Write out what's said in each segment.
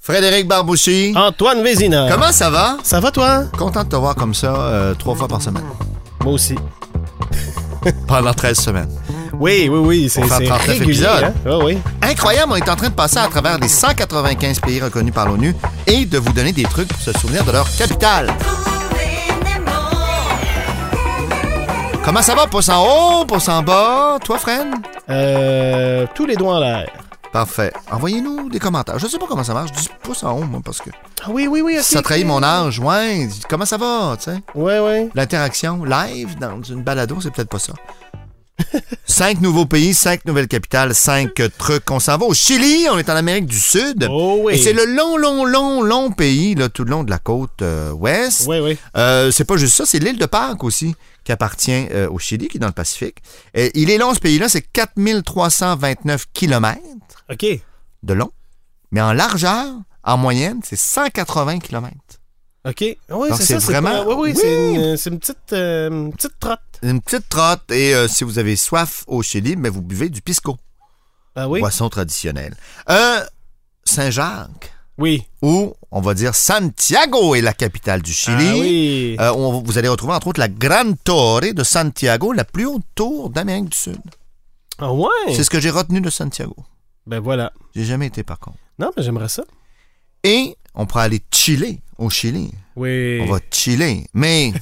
Frédéric Barbouchi. Antoine Vézina. Comment ça va? Ça va, toi? Content de te voir comme ça euh, trois fois par semaine. Moi aussi. Pendant 13 semaines. Oui, oui, oui. C'est Pour faire c'est 39 régulier, épisodes. hein? Ah oui. Incroyable, on est en train de passer à travers les 195 pays reconnus par l'ONU et de vous donner des trucs pour se souvenir de leur capitale. Comment ça va? Pouce en haut, pouce en bas. Toi, Fred? Euh, tous les doigts en l'air. Parfait. Envoyez-nous des commentaires. Je sais pas comment ça marche. Je dis pouce en haut, moi, parce que Ah oui, oui, oui. ok, ça ok. trahit mon âge. Ouais, comment ça va, tu sais? Ouais, ouais. L'interaction live dans une balado, c'est peut-être pas ça. cinq nouveaux pays, cinq nouvelles capitales, cinq euh, trucs. On s'en va au Chili, on est en Amérique du Sud. Oh oui. Et c'est le long, long, long, long pays, là, tout le long de la côte euh, ouest. Oui, oui. Euh, c'est pas juste ça, c'est l'île de Pâques aussi qui appartient euh, au Chili, qui est dans le Pacifique. Et il est long, ce pays-là, c'est 4329 kilomètres OK. de long, mais en largeur, en moyenne, c'est 180 kilomètres. OK. Ah Oui, Donc, c'est c'est ça. c'est vraiment- pas- Oui, oui, Oui. c'est une, c'est une petite, euh, une petite trotte. Une petite trotte, et euh, si vous avez soif au Chili, mais vous buvez du pisco. Ah oui? boisson traditionnelle. Euh, Saint-Jacques, Oui. ou on va dire Santiago est la capitale du Chili. Ah oui. Euh, on- vous allez retrouver entre autres la Gran Torre de Santiago, la plus haute tour d'Amérique du Sud. Ah ouais? C'est ce que j'ai retenu de Santiago. Ben voilà. J'ai jamais été par contre. Non, mais j'aimerais ça. Et on pourrait aller chiller au Chili. Oui. On va chiller. Mais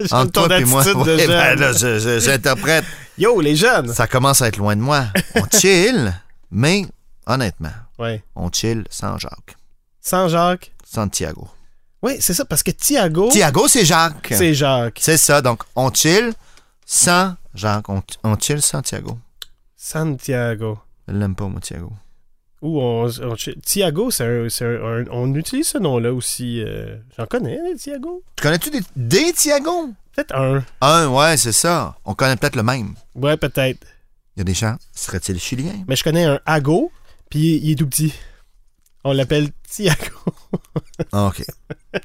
J'aime entre Eh. ton toi et moi, attitude de Ouais, ben jeune. là, je- je- j'interprète. Yo, les jeunes! ça commence à être loin de moi. On chill, mais honnêtement, Ouais. on chill sans Jacques. Sans Jacques. Santiago. Oui, c'est ça, parce que Thiago, Tiago, c'est Jacques. Oh! c'est Jacques. C'est ça. Donc, on chill sans Jacques. On, on chill sans Thiago. Santiago. Je l'aime pas, moi, Thiago. Ou on, on- Thiago, c'est un, c'est un- un- on utilise ce nom-là aussi. euh, j'en connais, hein, Thiago. Tu connais-tu des, des Thiago? Peut-être un. Un, ouais, c'est ça. On connaît peut-être le même. Ouais, peut-être. Il y a des gens. Serait-il chilien? Mais je connais un Ago, puis il est tout petit. On l'appelle Thiago. Ah, OK.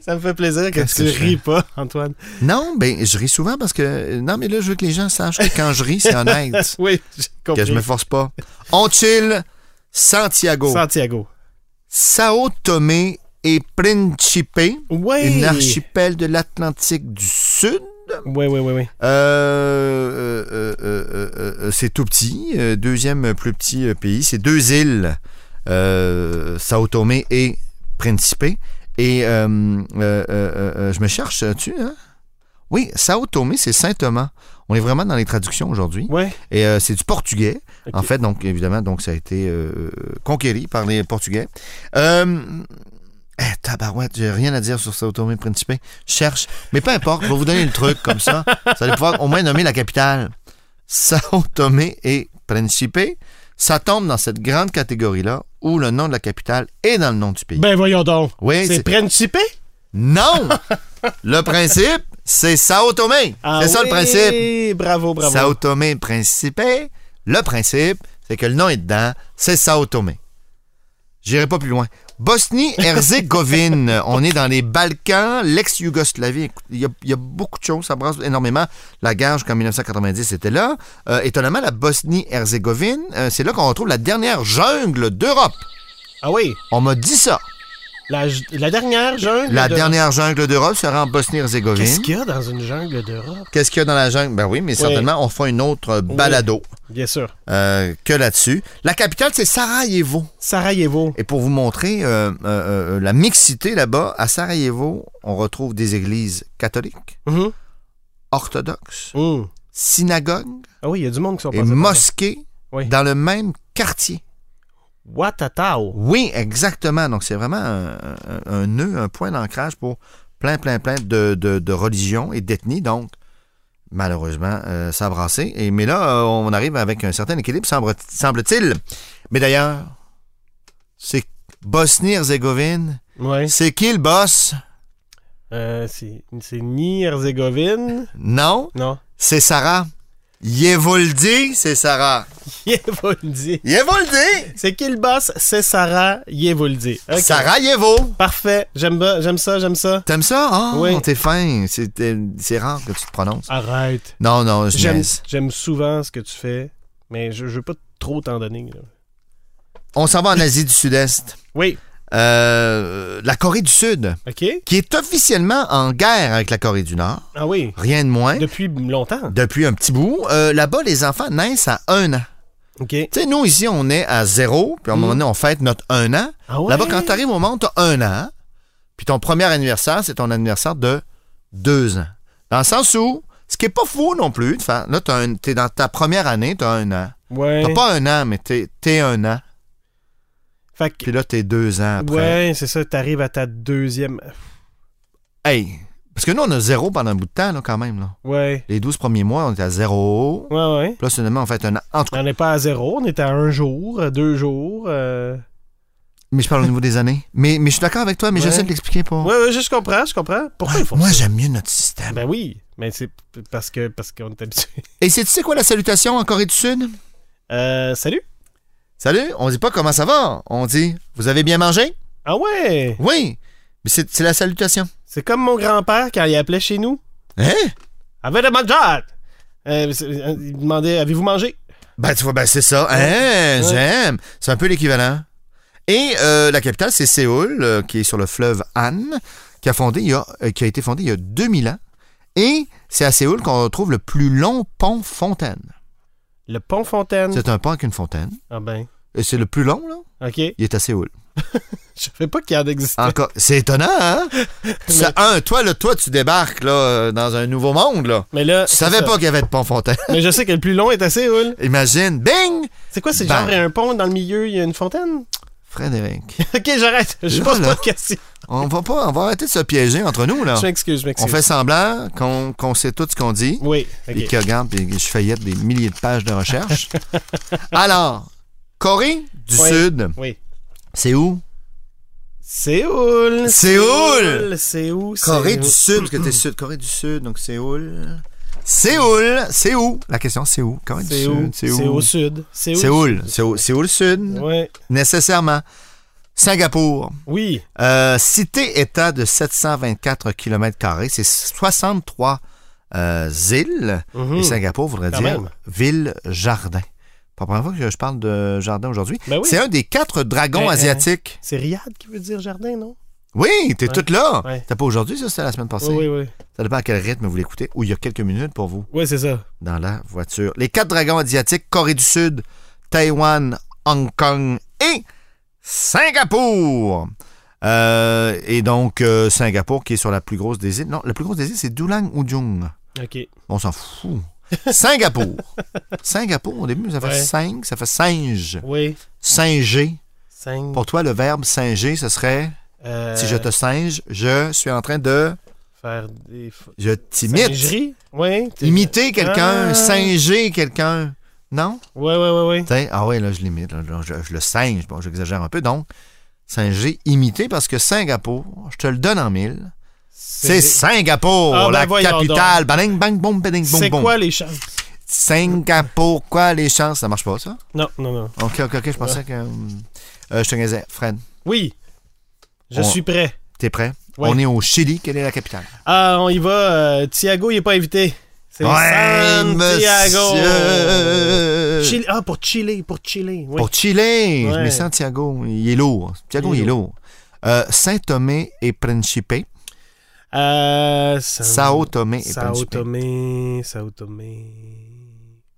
Ça me fait plaisir que Qu'est-ce tu que je ris pas, Antoine. Non, ben, je ris souvent parce que. Non, mais là, je veux que les gens sachent que quand je ris, c'est honnête. Oui, j'ai compris. que je me force pas. On chill Santiago. Santiago. Sao Tomé et Principe, Oui. une archipel de l'Atlantique du Sud. Oui, oui, oui, oui. Euh, euh, euh, euh, euh, euh, c'est tout petit, euh, deuxième plus petit euh, pays. C'est deux îles, euh, Sao Tomé et Principe. Et euh, euh, euh, euh, euh, je me cherche, tu hein? Oui, Sao Tomé, c'est Saint-Thomas. On est vraiment dans les traductions aujourd'hui. Ouais. Et euh, c'est du portugais, Ok. en fait. Donc, évidemment, donc ça a été euh, conquéri par les Portugais. Euh, eh, tabarouette, j'ai rien à dire sur Sao Tomé et Principe. Je Cherche. Mais peu importe, je vais vous donner le truc comme ça. Vous allez pouvoir au moins nommer la capitale. Sao Tomé et Principe, ça tombe dans cette grande catégorie-là où le nom de la capitale est dans le nom du pays. Ben voyons donc. oui, C'est c'est- Principe? Non! le principe, c'est Sao Tomé. Ah c'est ça le oui, principe. Bravo, bravo. Sao Tomé et Principe, le principe, c'est que le nom est dedans, c'est Sao Tomé. J'irai pas plus loin. Bosnie-Herzégovine, on est dans les Balkans, l'ex-Yougoslavie. Écoute, Il y, a- il y a beaucoup de choses, ça brasse énormément. La guerre jusqu'en 1990 c'était là. Euh, étonnamment, la Bosnie-Herzégovine, euh, c'est là qu'on retrouve la dernière jungle d'Europe. Ah oui. On m'a dit ça. La, j- la dernière jungle. La de- dernière jungle d'Europe sera en Bosnie-Herzégovine. Qu'est-ce qu'il y a dans une jungle d'Europe? Qu'est-ce qu'il y a dans la jungle? Ben oui, mais certainement, on fera une autre euh, Oui. balado. Bien sûr. euh, que là-dessus. La capitale, c'est Sarajevo. Sarajevo. Et pour vous montrer euh, euh, euh, la mixité là-bas, à Sarajevo, on retrouve des églises catholiques, Mhm. orthodoxes, Mm. synagogues Ah oui, il y a du monde qui sont et passés. par là. mosquées Oui. dans le même quartier. Watatao. Oui, exactement. Donc, c'est vraiment un, un- un nœud, un point d'ancrage pour plein, plein, plein de, de- de religions et d'ethnies. Donc, malheureusement, euh, ça a brassé. Et, mais là, euh, on arrive avec un certain équilibre, semble- semble-t-il. Mais d'ailleurs, c'est Bosnie-Herzégovine. Ouais. C'est qui le boss? Euh, c'est c'est ni Herzégovine. Non, Non. c'est Sarah. Yevoldi, c'est Sarah. Yevoldi. Yevoldi! C'est qui le boss? C'est Sarah Yevoldi. Ok. Sarajevo! Parfait. J'aime ba- j'aime ça, j'aime ça. T'aimes ça? Ah, Oui. t'es fin. C'est c'est rare que tu te prononces. Arrête. Non, non, je J'aime niaise. j'aime souvent ce que tu fais, mais je, je veux pas trop t'en donner. là. On s'en va en Asie du Sud-Est. Oui. Euh, la Corée du Sud, OK. qui est officiellement en guerre avec la Corée du Nord. Ah oui. Rien de moins. Depuis longtemps. Depuis un petit bout. Euh, Là-bas, les enfants naissent à un an. OK. Tu sais, nous, ici, on est à zéro, puis à un moment donné, on fête notre un an. Ah Mm. ouais? Là-bas, quand t'arrives au monde, t'as un an. Puis ton premier anniversaire, c'est ton anniversaire de deux ans. Dans le sens où, ce qui est pas fou non plus, de faire- là, t'as un- t'es dans ta première année, t'as un an. Ouais. T'as pas un an, mais t'es t'es un an. Fait que- Puis là, t'es deux ans après. Ouais, c'est ça. T'arrives à ta deuxième. Hey! Parce que nous, on a zéro pendant un bout de temps, là, quand même. Là. Ouais. Les 12 premiers mois, on était à zéro. Ouais, ouais. Puis là, soudainement, on fait un an. En tout cas, On n'est pas à zéro, on est à un jour, à deux jours. euh. mais je parle au niveau des années. Mais, mais je suis d'accord avec toi, mais Ouais. j'essaie de l'expliquer pour. Ouais, ouais, je comprends, je comprends. Pourquoi ils font Moi, ça? j'aime mieux notre système. Ben oui, mais c'est p- parce que parce qu'on est habitué. Et c'est, tu sais quoi la salutation en Corée du Sud? Euh, salut? Salut, on dit pas comment ça va. On dit Vous avez bien mangé? Ah ouais! Oui. Mais c'est, c'est la salutation. C'est comme mon grand-père quand il appelait chez nous. Ah ben, Hein? Avec la mangeade! Euh, c'est- euh, il demandait Avez-vous mangé? Ben, tu vois, ben, c'est ça. Hein? Ouais. J'aime. C'est un peu l'équivalent. Et euh, la capitale, c'est Séoul, euh, qui est sur le fleuve Han, qui a, fondé il y a, euh, qui a été fondée il y a 2000 ans. Et c'est à Séoul qu'on retrouve le plus long pont fontaine. Le pont Fontaine. C'est un pont avec une fontaine. Ah ben. Et c'est le plus long, là. OK. Je Il est à Séoul. savais pas qu'il y en existait. Encore. C'est étonnant, hein? Ça, un, toi, là, toi, tu débarques là, euh, dans un nouveau monde, là. Mais là. Tu savais c'est ça. pas qu'il y avait de pont fontaine. Mais je sais que le plus long est à Séoul. Imagine, bing! C'est quoi, c'est Ben. genre un pont dans le milieu, il y a une fontaine? Frédéric, ok, j'arrête. Je Là, pose là. pas de questions. on va pas, on va arrêter de se piéger entre nous, là. Je m'excuse, je On m'excuse. fait semblant qu'on qu'on sait tout ce qu'on dit, Oui, puis ok. que, regarde, puis je feuillette des milliers de pages de recherche. Alors, Corée du Oui. Sud, Oui. c'est où? Séoul! Séoul. C'est où? Corée Séoul. du Sud, parce que t'es Sud. Corée du Sud, donc Séoul. Séoul, c'est où? La question, c'est où? Corée du C'est où? Sud, C'est au sud. C'est où? Séoul, Séoul, Séoul Sud, Ouais. nécessairement. Singapour, Oui. Euh, Cité-État de 724 km, c'est 63 euh, îles. Mhm. Et Singapour voudrait Quand dire même. ville-jardin. Pas la première fois que je parle de jardin aujourd'hui. Ben oui. C'est un des quatre dragons Hein, hein. asiatiques. C'est Riyad qui veut dire jardin, non? Oui, t'es Ouais. toute là. Ouais. C'était pas aujourd'hui, ça, c'était la semaine passée. Oui, oui, oui. Ça dépend à quel rythme vous l'écoutez, ou il y a quelques minutes pour vous Oui, c'est ça. dans la voiture. Les quatre dragons asiatiques, Corée du Sud, Taïwan, Hong Kong et Singapour. Euh, et donc, euh, Singapour qui est sur la plus grosse des îles. Non, la plus grosse des îles, c'est Dulang Udjung. OK. On s'en fout. Singapour. Singapour, au début, ça fait Ouais. cinq, ça fait singe. Oui. Singer. Cinq. Pour toi, le verbe singer, ce serait euh, si je te singe, je suis en train de. Faire des. f- Je t'imite. singeries? Oui. t'es- Imiter quelqu'un, Ah. singer quelqu'un. Non? Ouais, ouais, ouais, ouais. Tu sais, ah ouais, là, je l'imite. là, là, je, je le singe. Bon, j'exagère un peu. Donc, singer, imité, parce que Singapour, je te le donne en mille, c'est Singapour, Ben, Ah, ben la voyons capitale. Bading, bang, boum, bading, boum, C'est boum. quoi les chances? Singapour, quoi, les chances? Ça marche pas, ça? Non, non, non. OK, OK, OK, je pensais que... euh, je te disais, Fred, Oui. Je On- suis prêt. t'es prêt? Ouais. On est au Chili. Quelle est la capitale? Ah, on y va. euh, Thiago, il n'est pas invité. C'est Santiago. monsieur! Chili- Ah, pour Chili, pour Chili. Oui. Euh. Pour Chile, Ouais. mais Santiago, il est lourd. Santiago, Il est il est lourd. Euh, Saint-Thomé et Principe. Euh, San- Sao Tomé et Sao Principe. Tomé, Sao Tomé.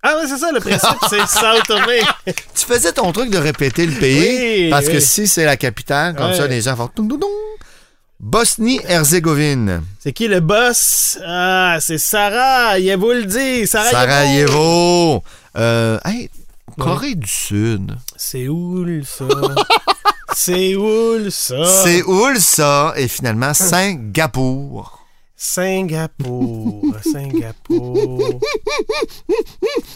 Ah, ouais, c'est ça, le principe, c'est Sao Tomé. Tu faisais ton truc de répéter le pays Oui, parce que oui. si c'est la capitale, comme Ouais. ça, les gens font toum, toum, toum. Bosnie-Herzégovine. C'est qui le boss? Ah, c'est Sarah, il vous le dit. Sarah, Sarajevo. Euh, hey, Corée du Sud. C'est où, ça? c'est où, ça? Séoul, ça. Et finalement, Singapour. Singapour, Singapour.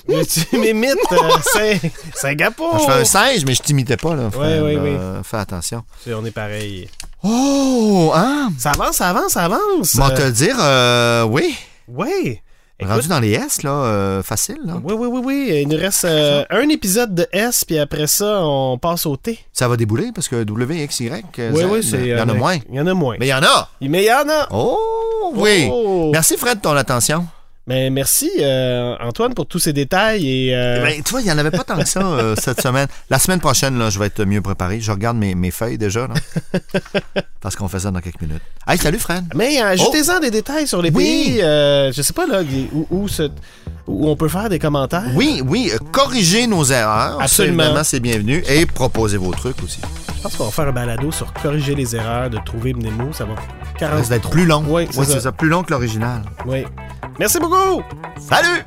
Mais tu m'imites, euh, Sing- Je Singapour. fais un singe, mais je t'imitais pas, là. frère. oui, Euh, Fais attention. C'est- On est pareil. Oh, hein? Ça avance, ça avance, ça avance. Bon, te le dire, euh, oui. oui. Rendu dans les S, là, euh, facile, là. Oui, oui, oui, oui. Il nous reste euh, un épisode de S, puis après ça, on passe au T. Ça va débouler parce que W, X, Y, Z, Oui, oui, c'est. il y en a euh, moins. Il y en a moins. Mais il y en a! Mais il y en a. Oh, oui! Oh. Merci Fred de ton attention. Mais merci, euh, Antoine, pour tous ces détails. Et, euh, Ben, tu vois, il n'y en avait pas tant que ça euh, cette semaine. La semaine prochaine, là, je vais être mieux préparé. Je regarde mes, mes feuilles déjà, là. Parce qu'on fait ça dans quelques minutes. Hey, salut, Fred. Mais euh, ajoutez-en des détails sur les Oh. Oui. pays. euh, je sais pas, là, des- où, où se- où on peut faire des commentaires. Oui, oui, euh, corrigez nos erreurs. Absolument. C'est- évidemment, c'est bienvenu. Et proposez vos trucs aussi. Je pense qu'on va faire un balado sur corriger les erreurs, de trouver des mots. Ça va Ça risque 40 d'être plus long. Oui, c'est Ouais, ça. Plus long que l'original. Oui. Merci beaucoup! Salut!